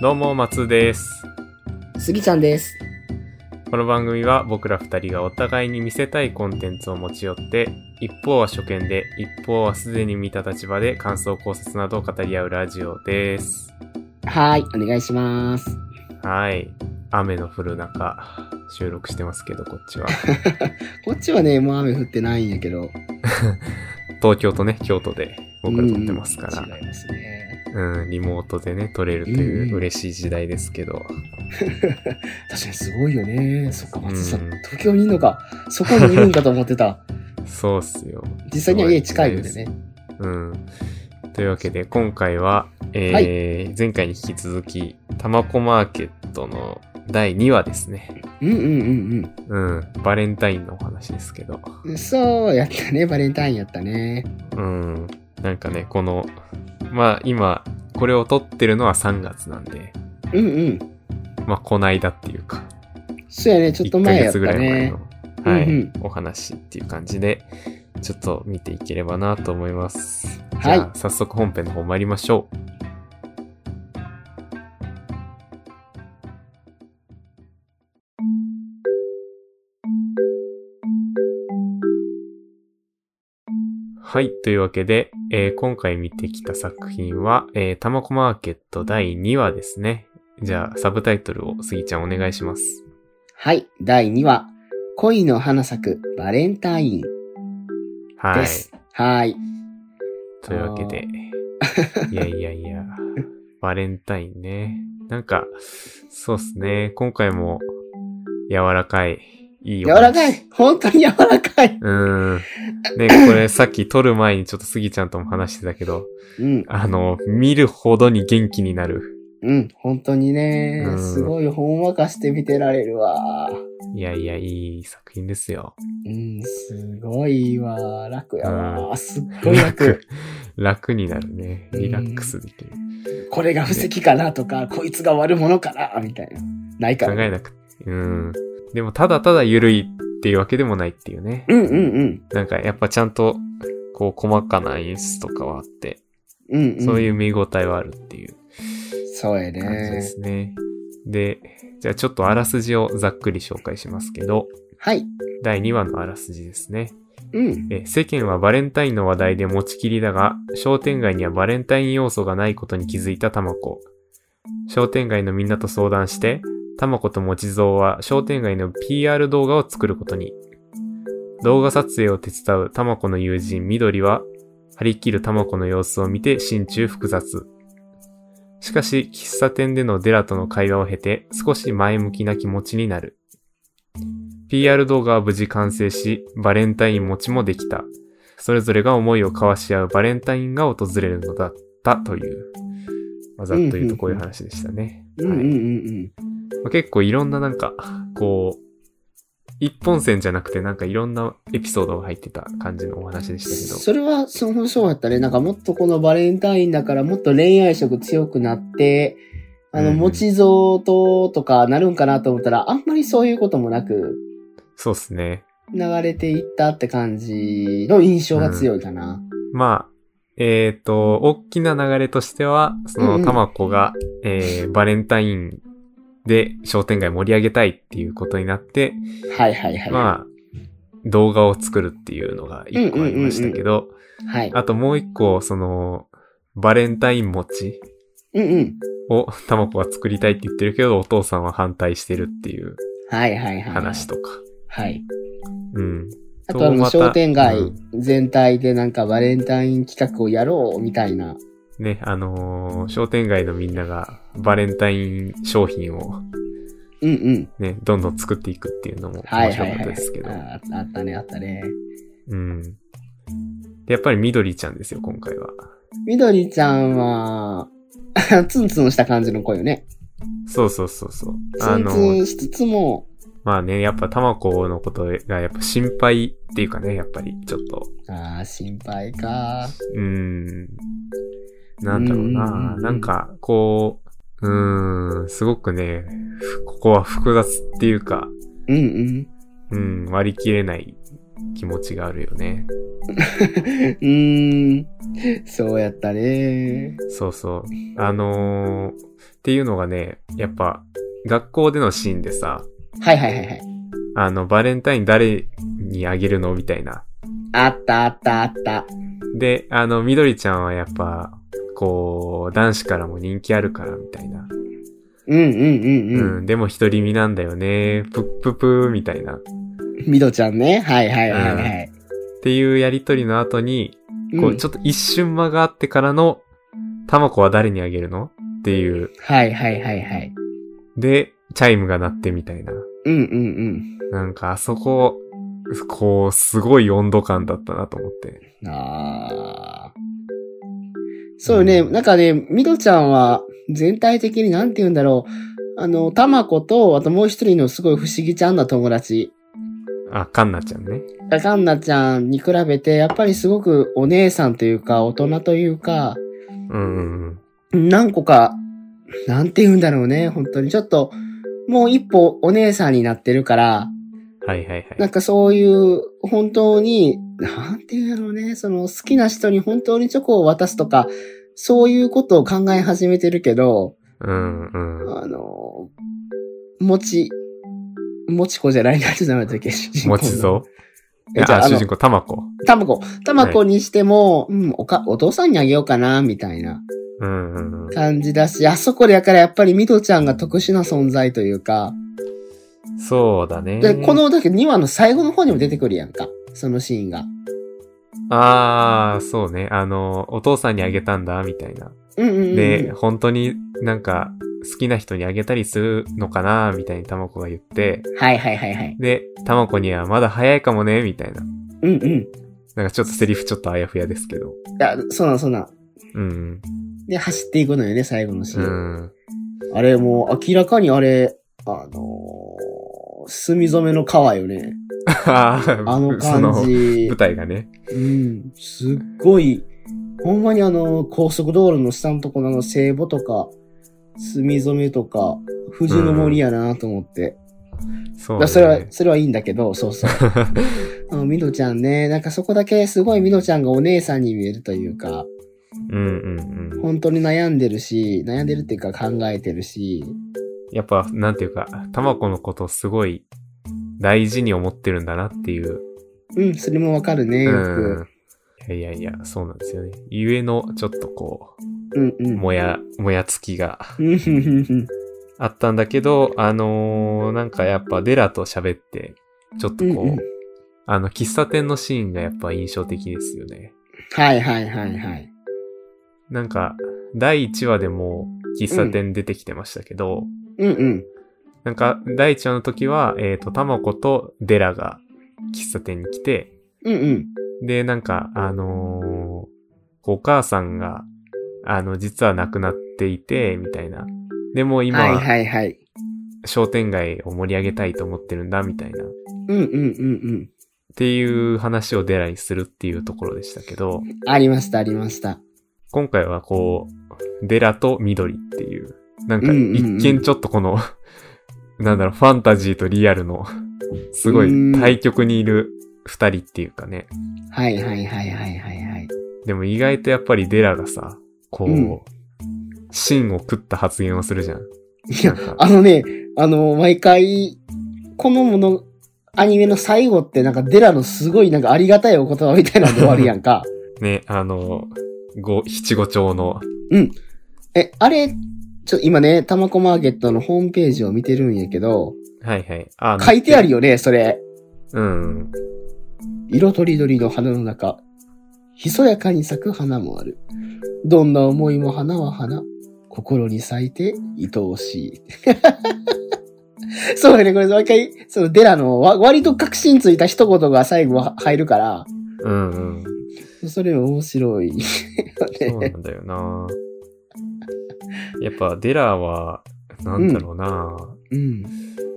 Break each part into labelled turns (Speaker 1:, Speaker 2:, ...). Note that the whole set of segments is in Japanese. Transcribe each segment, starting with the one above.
Speaker 1: どうも、松です。
Speaker 2: 杉ちゃんです。
Speaker 1: この番組は僕ら二人がお互いに見せたいコンテンツを持ち寄って、一方は初見で、一方はすでに見た立場で感想考察などを語り合うラジオです。
Speaker 2: はーい、お願いします。
Speaker 1: はい。雨の降る中、収録してますけど、こっ ちは。
Speaker 2: こっちはね、もう雨降ってないんやけど。
Speaker 1: 東京とね、京都で僕ら撮ってますか
Speaker 2: うん違いますね。
Speaker 1: ら、うん、リモートでね、撮れると
Speaker 2: うん
Speaker 1: い
Speaker 2: うん
Speaker 1: う嬉しい時代ですけど、
Speaker 2: 確かにすごいよね。そっか、松井さん、
Speaker 1: うん
Speaker 2: 東京にいるのか。そこにいるんかと思ってた。
Speaker 1: そうっすよ。
Speaker 2: 実際には家近いのでね。
Speaker 1: うん。というわけで、今回は、えー前回に引き続き、たまこマーケットの第2話ですね。
Speaker 2: うんうんうん
Speaker 1: うん。バレンタインのお話ですけど。
Speaker 2: うん。そうやったね、バレンタインやったね。
Speaker 1: うん。なんかね、この、まあ今、これを撮ってるのは3月なんで、
Speaker 2: うんうん。
Speaker 1: まあこないだっていうか、
Speaker 2: そうやね、ちょっと前やった
Speaker 1: 1ヶ月ぐらい前
Speaker 2: ね。
Speaker 1: の、はい、
Speaker 2: うんうん
Speaker 1: お話っていう感じで、ちょっと見ていければなと思います。
Speaker 2: はい
Speaker 1: じゃあ早速本編の方参りましょう。はい。というわけで、えー今回見てきた作品は、えー、たまこマーケット第2話ですね。じゃあ、サブタイトルをすぎちゃんお願いします。
Speaker 2: はい、第2話。恋の花咲くバレンタイン
Speaker 1: は
Speaker 2: で
Speaker 1: い。
Speaker 2: す。はーい。
Speaker 1: というわけで。いやいやいや。バレンタインね。なんか、そうっすね。今回も、柔らかい、いいお
Speaker 2: 柔
Speaker 1: 話
Speaker 2: らかい本当に柔らかい、
Speaker 1: うーん。ね、これさっき撮る前にちょっとスギちゃんとも話してたけど、
Speaker 2: うん、
Speaker 1: あの、見るほどに元気になる。
Speaker 2: うん、本当にね
Speaker 1: う、ん
Speaker 2: すごいほんわかして見てられるわ。
Speaker 1: いやいや、いい作品ですよ。
Speaker 2: うん、すごいわ。楽や
Speaker 1: う
Speaker 2: わ。すっごい楽
Speaker 1: 楽。、 楽になるね。リラックスできる。
Speaker 2: これが布石かなとか、こいつが悪者かなみたいな。ないか
Speaker 1: 考
Speaker 2: ら。
Speaker 1: えなくて。うん。でも、ただただ緩いっていうわけでもないっていうね。
Speaker 2: うんうんうん。
Speaker 1: なんかやっぱちゃんと、こう細かな演出とかはあって、
Speaker 2: うん、うん。。
Speaker 1: そういうう見応えはあるっていう
Speaker 2: そう
Speaker 1: 感
Speaker 2: や
Speaker 1: じで
Speaker 2: ね。
Speaker 1: すね。で、じゃあちょっとあらすじをざっくり紹介しますけど、
Speaker 2: はい。
Speaker 1: 第2話のあらすじですね。
Speaker 2: うん。
Speaker 1: え世間はバレンタインの話題で持ちきりだが、商店街にはバレンタイン要素がないことに気づいたタマコ。商店街のみんなと相談して、タマコとモチゾウは商店街の PR 動画を作ることに。動画撮影を手伝うタマコの友人緑は、張り切るタマコの様子を見て心中複雑。しかし、喫茶店でのデラとの会話を経て、少し前向きな気持ちになる。PR 動画は無事完成し、バレンタイン持ちもできた。それぞれが思いを交わし合うバレンタインが訪れるのだったという、まあざっと言うとこういう話でしたね。
Speaker 2: うんう
Speaker 1: は
Speaker 2: んう
Speaker 1: い
Speaker 2: ん
Speaker 1: まあ結構いろんななんか、こう、一本線じゃなくてなんかいろんなエピソードが入ってた感じのお話で
Speaker 2: うん。
Speaker 1: したけ
Speaker 2: それは、そのそうやったね。なんかもっとこのバレンタインだからもっと恋愛色強くなって、あ
Speaker 1: う
Speaker 2: の、
Speaker 1: んうん
Speaker 2: 持ち像ととかなるんかなと思ったら、あんまりそういうこともなく、
Speaker 1: ど、そうっすね。
Speaker 2: 流れていったって感じの印象が強いかな。
Speaker 1: まあ、えっ、と、大きな流れとしては、そ
Speaker 2: うんう
Speaker 1: の、
Speaker 2: ん
Speaker 1: たまこが、えーバレンタインで商店街盛り上げたいっていうことになって、
Speaker 2: はいはいはい。
Speaker 1: まあ、動画を作るっていうのが一個ありましたけど、
Speaker 2: はい。
Speaker 1: あともう一個、その、バレンタイン餅
Speaker 2: うんうん。
Speaker 1: をたまこが作りたいって言ってるけど、お父さんは反対してるっていう
Speaker 2: はいはいはい。
Speaker 1: 話。とか。
Speaker 2: はい。
Speaker 1: うん。
Speaker 2: あとはも
Speaker 1: また
Speaker 2: う商店
Speaker 1: う
Speaker 2: 街
Speaker 1: ん
Speaker 2: 全体でなんかバレンタイン企画をやろうみたいな。
Speaker 1: ね、あのー商店街のみんながバレンタイン商品を
Speaker 2: うんうん。
Speaker 1: ね、どんどん作っていくっていうのも
Speaker 2: は
Speaker 1: 面
Speaker 2: い
Speaker 1: 白か
Speaker 2: はい
Speaker 1: っ
Speaker 2: は
Speaker 1: た
Speaker 2: い。
Speaker 1: ですけど。
Speaker 2: ああったねあったね。
Speaker 1: うん。でやっぱり緑ちゃんですよ、今回は。
Speaker 2: みどりちゃんは、 ツンツンした感じの声よね。
Speaker 1: そうそうそうそう。
Speaker 2: ツ
Speaker 1: あ
Speaker 2: ン
Speaker 1: の
Speaker 2: ツンしつつも、
Speaker 1: まあね、やっぱタマコのことがやっぱ心配っていうかね、やっぱりちょっと。
Speaker 2: ああ、心配か。
Speaker 1: うーん。なんだろうな。
Speaker 2: うんうんうんうん
Speaker 1: なんか、こう、うーん、すごくね、ふここは複雑っていうか、
Speaker 2: うんうん。
Speaker 1: うん、割り切れない気持ちがあるよね。
Speaker 2: うーん。そうやったね。
Speaker 1: そうそう。あのーっていうのがね、やっぱ、学校でのシーンでさ、
Speaker 2: はいはいはいはい。
Speaker 1: あの、バレンタイン誰にあげるのみたいな。
Speaker 2: あったあったあった。
Speaker 1: で、あの、緑ちゃんはやっぱ、こう、男子からも人気あるから、みたいな。
Speaker 2: うんうんうん
Speaker 1: う
Speaker 2: うん。
Speaker 1: ん、でも独り身なんだよね、ぷっぷぷー、みたいな。っ
Speaker 2: ミドちゃんね。はいはいはいはい。
Speaker 1: ていうやりとりの後に、こ
Speaker 2: うん
Speaker 1: う、ちょっと一瞬間があってからの、タマコは誰にあげるのっていう。
Speaker 2: はいはいはいはい。
Speaker 1: で、チャイムが鳴ってみたいな。
Speaker 2: うんうん
Speaker 1: なんか、あそこ、こう、すごい温度感だったなと思って。
Speaker 2: うん。あー。そうよね。なんかね、ミドちゃんは全体的になんて言うんだろう。あの、タマコと、あともう一人のすごい不思議ちゃんな友達。
Speaker 1: あ、カンナちゃんね。
Speaker 2: カンナちゃんに比べて、やっぱりすごくお姉さんというか、大人というか、
Speaker 1: うんうんうん。
Speaker 2: 何個か、なんて言うんだろうね、本当に。ちょっと、もう一歩お姉さんになってるから、
Speaker 1: はいはいは
Speaker 2: なん
Speaker 1: い。
Speaker 2: かそういう、本当に、なんて言うんだろうね、その好きな人に本当にチョコを渡すとか、そういうことを考え始めてるけど、
Speaker 1: うんうん。
Speaker 2: あの、もち、もち子じゃないな、ちょっと名前だっけ
Speaker 1: もちぞ
Speaker 2: えじゃあ
Speaker 1: あ、
Speaker 2: あの
Speaker 1: 主人公、タマコ。
Speaker 2: タマコ。タマコにしても、うん、おか、お父さんにあげようかな、みたいな
Speaker 1: うんうんうん。
Speaker 2: 感じだし、あそこでやからやっぱりミドちゃんが特殊な存在というか、
Speaker 1: そうだね。
Speaker 2: で、この、だけど2話の最後の方にも出てくるやんか。そのシーンが。
Speaker 1: ああ、そうね。あの、お父さんにあげたんだ、みたいな。
Speaker 2: うんうん、うん。
Speaker 1: で、本当になんか好きな人にあげたりするのかなみたいにタマコが言って、
Speaker 2: はいはいはいはい。
Speaker 1: で、タマコにはまだ早いかもねみたいな。
Speaker 2: うんうん。い
Speaker 1: なんかちょっとセリフちょっとあやふやですけど。
Speaker 2: や、そうなんそうなん。
Speaker 1: うん。
Speaker 2: で、走っていくのよね、最後のシ
Speaker 1: う
Speaker 2: ーン。
Speaker 1: ん。
Speaker 2: あれ、もう明らかにあれ、あのー、墨染めの川よね。あ
Speaker 1: あ
Speaker 2: の
Speaker 1: その
Speaker 2: 感じ
Speaker 1: 舞。台がね。
Speaker 2: うん。すっごい、ほんまにあの、高速道路の下のところの聖母とか、墨染めとか、富士の森やなと思って。
Speaker 1: そう、
Speaker 2: だ
Speaker 1: ね。
Speaker 2: からそれは、それはいいんだけど、そ うそう。あの、ミドちゃんね、なんかそこだけすごいミドちゃんがお姉さんに見えるというか、
Speaker 1: うんうんうん。
Speaker 2: 本当に悩んでるし、悩んでるっていうか考えてるし、
Speaker 1: やっぱ、なんていうか、タマコのことをすごい大事に思ってるんだなっていう。
Speaker 2: うん、それもわかるね、よ
Speaker 1: うんい
Speaker 2: く。。
Speaker 1: やいやいや、そうなんですよね。ゆえの、ちょっとこ
Speaker 2: うん、う
Speaker 1: う、
Speaker 2: ん。
Speaker 1: もや、もやつきが。
Speaker 2: うんうんうん
Speaker 1: あったんだけど、あのーなんかやっぱデラと喋って、ちょっとこう、
Speaker 2: うんうん
Speaker 1: あの、喫茶店のシーンがやっぱ印象的ですよね。
Speaker 2: はいはいはいはい。
Speaker 1: なんか、第1話でも喫茶店出てきてましたけど、
Speaker 2: うんうん。
Speaker 1: なんか、第1話の時は、えっ、と、タマコとデラが喫茶店に来て、
Speaker 2: うんうん。
Speaker 1: で、なんか、あのーお母さんが、あの、実は亡くなっていて、みたいな。でも今、
Speaker 2: はいはいはい。
Speaker 1: 商店街を盛り上げたいと思ってるんだ、みたいな。
Speaker 2: うんうんうんうん。
Speaker 1: っていう話をデラにするっていうところでしたけど、
Speaker 2: ありました、ありました。
Speaker 1: 今回はこう、デラと緑っていう、なんか
Speaker 2: うんうんうん
Speaker 1: 一見ちょっとこの、 なんだろう、ファンタジーとリアルの、すごい対極にいる二人っていうかね。
Speaker 2: はいはいはいはいはいはい。
Speaker 1: でも意外とやっぱりデラがさ、こう、
Speaker 2: うん
Speaker 1: 芯を食った発言をするじゃん。
Speaker 2: い
Speaker 1: な
Speaker 2: や
Speaker 1: んか、
Speaker 2: あのね、あの、毎回、このもの、アニメの最後ってなんかデラのすごいなんかありがたいお言葉みたいなので終わるやん か。
Speaker 1: ね、あの、ご、七五調の、
Speaker 2: え、あれ、ちょ、今ね、たまこマーケットのホームページを見てるんやけど、
Speaker 1: はいはい。あ
Speaker 2: 書いてあるよね、それ。
Speaker 1: うん。
Speaker 2: 色とりどりの花の中、ひそやかに咲く花もある。どんな思いも花は花、心に咲いて愛おしい。 そうやね、これ、毎回、そのデラのわ割と確信ついた一言が最後は入るから、
Speaker 1: うんうん。
Speaker 2: それも面白い。
Speaker 1: そうなんだよな。やっぱデラは、なんだろうな。
Speaker 2: うん。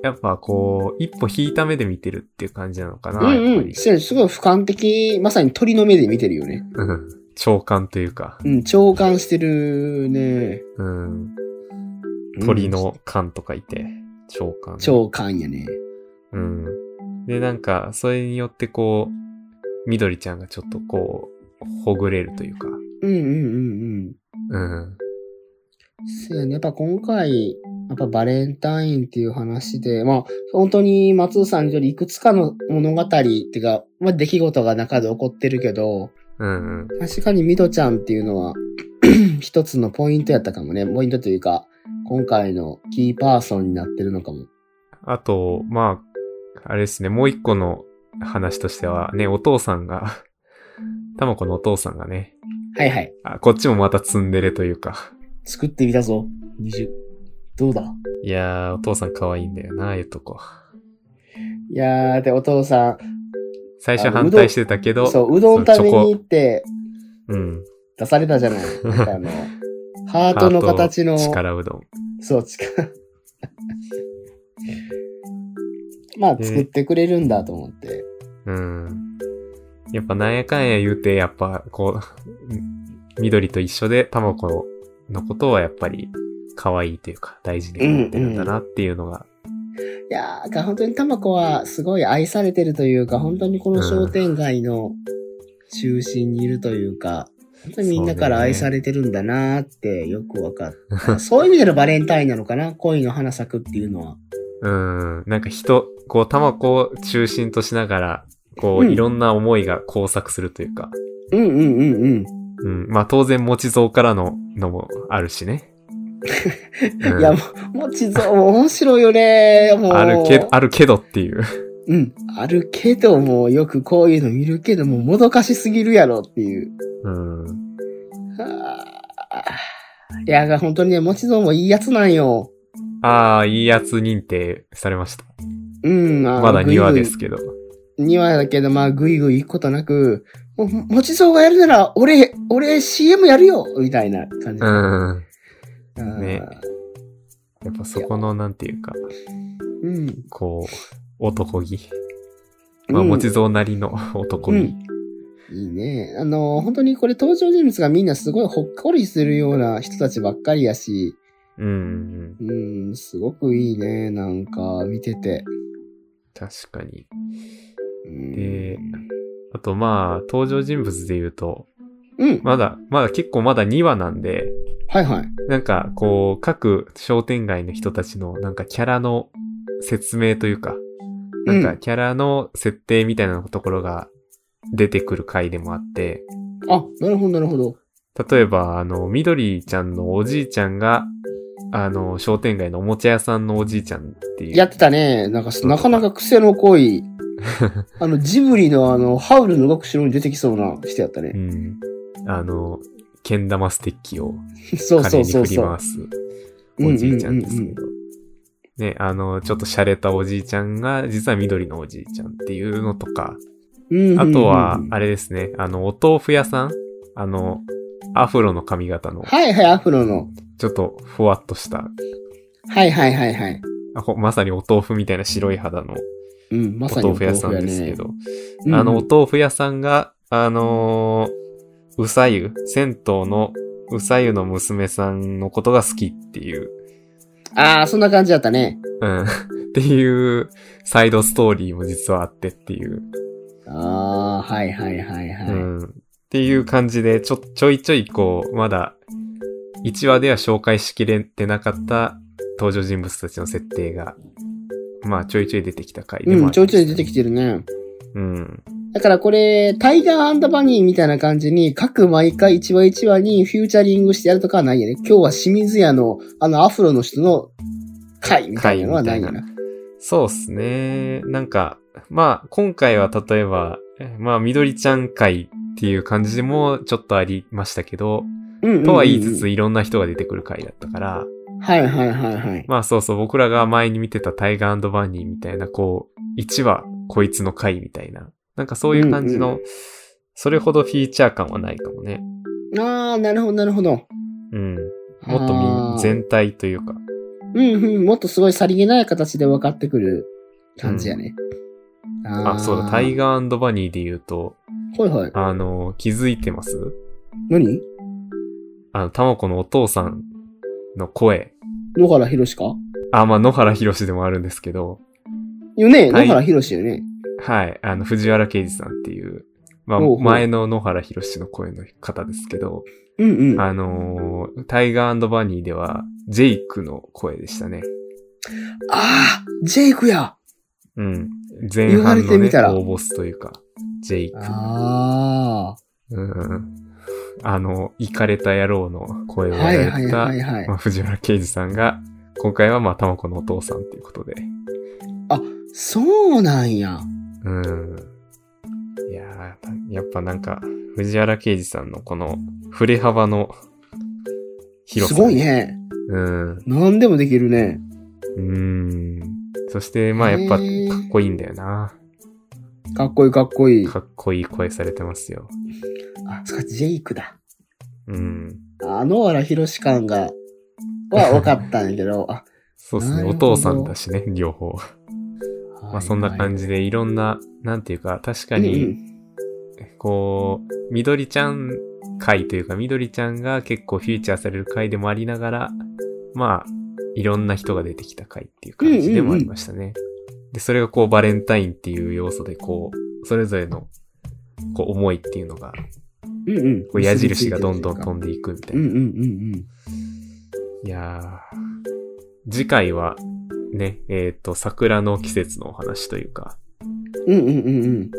Speaker 1: やっぱこう、一歩引いた目で見てるっていう感じなのかな。
Speaker 2: う
Speaker 1: やっ
Speaker 2: ん
Speaker 1: ぱ
Speaker 2: うん。
Speaker 1: り
Speaker 2: そうすごい俯瞰的、まさに鳥の目で見てるよね。
Speaker 1: うん。長官というか、
Speaker 2: うん、長官してるね。
Speaker 1: うん。
Speaker 2: うん
Speaker 1: 鳥。の官とかいて、長官。
Speaker 2: 長官やね。
Speaker 1: うん。で、なんか、それによってこう、緑ちゃんがちょっとこう、ほぐれるというか、
Speaker 2: うんうんうんうん。
Speaker 1: うん。
Speaker 2: せやね。やっぱ今回、やっぱバレンタインっていう話で、まあ、本当に松尾さんよりいくつかの物語っていうか、まあ出来事が中で起こってるけど、
Speaker 1: うんうん。
Speaker 2: 確かにミドちゃんっていうのは、 一つのポイントやったかもね。ポイントというか、今回のキーパーソンになってるのかも。
Speaker 1: あと、まあ、あれですね、もう一個の話としては、ね、お父さんが、 タマコのお父さんがね、
Speaker 2: はいはい。
Speaker 1: あ、こっちもまたツンデレというか。
Speaker 2: 作ってみたぞ。20。どうだ
Speaker 1: いやー、お父さん可愛いんだよな、ああいうとこ。
Speaker 2: いやー、で、お父さ
Speaker 1: 最初反対してたけ
Speaker 2: ん、
Speaker 1: ど、
Speaker 2: そう、うどん食べに行
Speaker 1: そ
Speaker 2: って
Speaker 1: ううん。
Speaker 2: 出されたじゃない。なんかあ の、ハートの形の、
Speaker 1: 力うどん。
Speaker 2: そう、力。 まあ、
Speaker 1: で
Speaker 2: 作ってくれるんだと思って。
Speaker 1: うん。やっぱなんやかんや言うて、やっぱこう、緑と一緒でタマコのことはやっぱり可愛いというか大事に思ってるんだなっていうのが、
Speaker 2: いやー、本当にタマコはすごい愛されてるというか、本当にこの商店街の中心にいるというか、本当にみんなから愛されてるんだなーってよくわ かった。そういう意味でのバレンタインなのかな恋の花咲くっていうのは。
Speaker 1: うん、なんか人、こうタマコを中心としながら、こう、
Speaker 2: うん
Speaker 1: いろんな思いが交錯するというか、
Speaker 2: うんうんうんうん。
Speaker 1: うん、まあ当然持ち蔵からののもあるし ね。うん
Speaker 2: いや、ももちぞ、もう面白いよね。もう。
Speaker 1: あるけど、あるけどっていう。
Speaker 2: うん。あるけど、もうよくこういうの見るけど、もうもどかしすぎるやろっていう。
Speaker 1: うん。
Speaker 2: はあいや、が本当にね、もちぞもいいやつなんよ。
Speaker 1: ああ、いいやつ認定されました。
Speaker 2: うん、あの
Speaker 1: まだ2話で。
Speaker 2: ぐい
Speaker 1: すけど。
Speaker 2: ぐい2話だけど、まあ、ぐいぐい行くことなく、もう、もちぞがやるなら、俺、俺 CM やるよみたいな感じ。
Speaker 1: うん。
Speaker 2: うん
Speaker 1: ねやっぱそこの、なんていうか、
Speaker 2: うん。
Speaker 1: こう、男気。まあ、持ち蔵なりの 男気。
Speaker 2: うんいいね。あの、本当にこれ登場人物がみんなすごいほっこりするような人たちばっかりやし、
Speaker 1: うん。うん、
Speaker 2: うん、すごくいいね。なんか、見てて。
Speaker 1: 確かに。
Speaker 2: うん
Speaker 1: であと、まあ、登場人物で言うと、
Speaker 2: うん。
Speaker 1: まだ、まだ結構まだ2話なんで、
Speaker 2: はいはい。
Speaker 1: なんか、こう、各商店街の人たちの、なんかキャラの説明というか、なん
Speaker 2: う
Speaker 1: か
Speaker 2: ん
Speaker 1: キャラの設定みたいなところが出てくる回でもあって、
Speaker 2: あ、なるほど、なるほど。
Speaker 1: 例えば、あの、緑ちゃんのおじいちゃんが、あの、商店街のおもちゃ屋さんのおじいちゃんっていう。
Speaker 2: やってたね。なんか、なかなか癖の 濃い、あの、ジブリのあの、ハウルの動く城に出てきそうな人やった
Speaker 1: う
Speaker 2: ね。
Speaker 1: ん。あの、けん玉ステッキを
Speaker 2: そう
Speaker 1: 彼
Speaker 2: そう
Speaker 1: に
Speaker 2: そう
Speaker 1: 振り
Speaker 2: そう
Speaker 1: 回。す
Speaker 2: うん
Speaker 1: おじいちゃんです
Speaker 2: う
Speaker 1: け
Speaker 2: ん
Speaker 1: ど。ね、あの、ちょっと洒落たおじいちゃんが、実は緑のおじいちゃんっていうのとか、
Speaker 2: うんうん
Speaker 1: あとは
Speaker 2: うんう、ん
Speaker 1: あれですね、あの、お豆腐屋さんあの、アフロの髪型の、
Speaker 2: はいはい、アフロの。
Speaker 1: ちょっとふわっとした、
Speaker 2: はいはいはいはい。
Speaker 1: あほまさにお豆腐みたいな白い肌の
Speaker 2: うん、ま
Speaker 1: お
Speaker 2: さに
Speaker 1: 豆
Speaker 2: お
Speaker 1: 腐屋
Speaker 2: 豆
Speaker 1: さん
Speaker 2: 腐や
Speaker 1: ですけ
Speaker 2: ね。
Speaker 1: ど、
Speaker 2: うん
Speaker 1: あの、お豆腐屋さんが、あのーうさゆ、銭湯のうさゆの娘さんのことが好きっていう、
Speaker 2: ああ、そんな感じだったね。
Speaker 1: うん、 っていうサイドストーリーも実はあってっていう、
Speaker 2: ああ、はいはいはいはい。
Speaker 1: うん、っていう感じで、ちょ、ちょいちょいこう、まだ、1話では紹介しきれてなかった登場人物たちの設定が、まあ、ちょいちょい出てきた回で
Speaker 2: う
Speaker 1: もありま
Speaker 2: ん、
Speaker 1: し
Speaker 2: ち
Speaker 1: た
Speaker 2: ょいちょい出てきてるね。
Speaker 1: うん。
Speaker 2: だからこれ、タイガーバニーみたいな感じに、各毎回一話一話にフューチャリングしてやるとかはないよね。今日は清水屋の、あのアフロの人の回みたいなのはないよ
Speaker 1: 回
Speaker 2: な。
Speaker 1: そうっすね。なんか、まあ、今回は例えば、まあ、緑ちゃん会っていう感じもちょっとありましたけど、
Speaker 2: うんうんうん
Speaker 1: とは言いつついろんな人が出てくる回だったから、
Speaker 2: はいはいはいはい。
Speaker 1: まあそうそう、僕らが前に見てたタイガーバニーみたいな、こう、1話、こいつの回みたいな、なんかそういう感じの、
Speaker 2: うん
Speaker 1: それほどフィーチャー感はないかもね。
Speaker 2: ああ、なるほどなるほど。
Speaker 1: うん。もっとみん
Speaker 2: あー
Speaker 1: 全体というか、
Speaker 2: うんうん、もっとすごいさりげない形で分かってくる感じやね。あ
Speaker 1: あ、そうだ、タイ
Speaker 2: ガ
Speaker 1: ガーバニーで言うと、
Speaker 2: ー。はいはい。
Speaker 1: あの、気づいてます
Speaker 2: 何
Speaker 1: あの、タマコのお父さんの声。
Speaker 2: 野原ひろしか
Speaker 1: あ、まあ、野原博士でもあるんですけど、
Speaker 2: よね、
Speaker 1: は
Speaker 2: 野
Speaker 1: い
Speaker 2: 原ひろしよね。
Speaker 1: はい、あの、藤原啓治さんっていう、まあ、
Speaker 2: ほうほう
Speaker 1: 前の野原宏の声の方ですけど、
Speaker 2: うんうん。
Speaker 1: あのータイガーバニーでは、ジェイクの声でしたね。
Speaker 2: あージェイクや
Speaker 1: うん。前半
Speaker 2: 言われ
Speaker 1: の
Speaker 2: てみ
Speaker 1: ね、
Speaker 2: たら
Speaker 1: 大ボスというか、ジェイク。
Speaker 2: あ
Speaker 1: うん。あの、イカれた野郎の声を
Speaker 2: あ。
Speaker 1: やら
Speaker 2: はい
Speaker 1: れ
Speaker 2: はい
Speaker 1: た、
Speaker 2: はいはい
Speaker 1: ま。あ、藤原啓治さんが、今回はまあ、タマコのお父さんということで。
Speaker 2: そうなんや。
Speaker 1: うん。いやーやっぱなんか、藤原啓治さんのこの、振れ幅の広
Speaker 2: す
Speaker 1: さ。
Speaker 2: ごい。ね。
Speaker 1: うん。
Speaker 2: 何でもできるね。
Speaker 1: うん。そして、まあやっぱ、か
Speaker 2: へー
Speaker 1: っこいいんだよな。
Speaker 2: かっこいいかっこいい。
Speaker 1: かっこいい声されてますよ。
Speaker 2: あ、そっか、ジェイクだ。
Speaker 1: うん。
Speaker 2: あの原ひろし感が、は分かったんや けど、あ、
Speaker 1: そうです
Speaker 2: な
Speaker 1: ね。
Speaker 2: る
Speaker 1: お
Speaker 2: ほど
Speaker 1: 父さんだしね、両方。まあそんな感
Speaker 2: じ
Speaker 1: じで、いろんな、なんていうか、確か
Speaker 2: うんう
Speaker 1: に、
Speaker 2: ん、
Speaker 1: こう、みどりちゃん回というか、みどりちゃんが結構フィーチャーされる回でもありながら、まあ、いろんな人が出てきた回っていう感じでもありましたね。で、それがこう、バレンタインっていう要素で、こう、それぞれの、こう、思いっていうのが、
Speaker 2: うんうん。
Speaker 1: こう矢印がどんどん飛
Speaker 2: で。
Speaker 1: んでいくみたい
Speaker 2: うん
Speaker 1: な。
Speaker 2: うんうん
Speaker 1: いやー。次回は、ね、えっ、と、桜の季節のお話というか、
Speaker 2: うん。うんうんうんうん。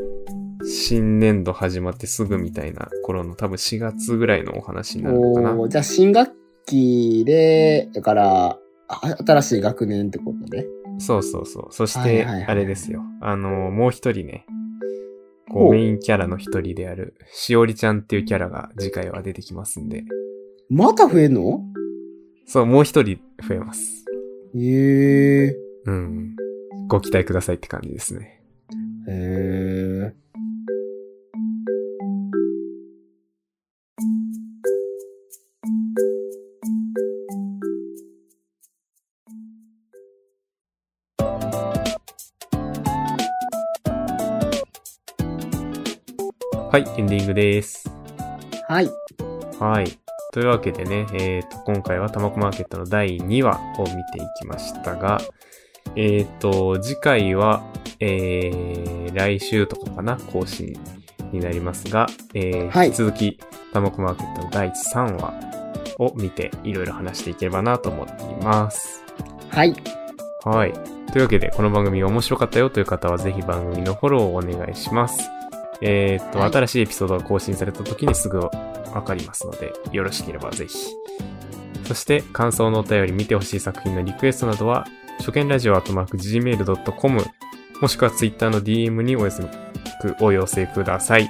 Speaker 1: 新年度始まってすぐみたいな頃の多分4月ぐらいのお話になるのかな。
Speaker 2: おーじゃあ新学期で、だから、あ新しい学年ってことね。
Speaker 1: そうそうそう。そし
Speaker 2: はいは
Speaker 1: て、
Speaker 2: いはいはい
Speaker 1: あれですよ。あの、もう一人ね、
Speaker 2: ほ
Speaker 1: こ
Speaker 2: う
Speaker 1: う、メインキャラの一人である、しおりちゃんっていうキャラが次回は出てきますんで、
Speaker 2: また増えんの
Speaker 1: そう、もう一人増えます。
Speaker 2: へえ。
Speaker 1: うん。ご期待くださいって感じですね。
Speaker 2: へえ。
Speaker 1: はい、エンディングです。
Speaker 2: はい。
Speaker 1: はい。というわけでね、えっ、と、今回はタマコマーケットの第2話を見ていきましたが、えっ、と、次回は、えー、来週とかかな、更新になりますが、えー
Speaker 2: はい
Speaker 1: 引き続き、タマコマーケットの第3話を見て、いろいろ話していければなと思っています。
Speaker 2: はい。
Speaker 1: はい。というわけで、この番組が面白かったよという方は、ぜひ番組のフォローをお願いします。えーっと、
Speaker 2: はい
Speaker 1: 新しいエピソードが更新された時にすぐわかりますので、よろしければぜひ。そして、感想のお便り、見てほしい作品のリクエストなどは、初見ラジオアートマーク gmail.com、もしくは Twitter の DM にお寄せお寄せください。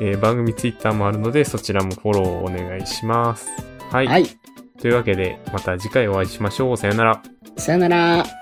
Speaker 1: えー番組 Twitter もあるので、そちらもフォローをお願いします。はい。
Speaker 2: はい。
Speaker 1: というわけで、また次回お会いしましょう。さよなら。
Speaker 2: さよなら。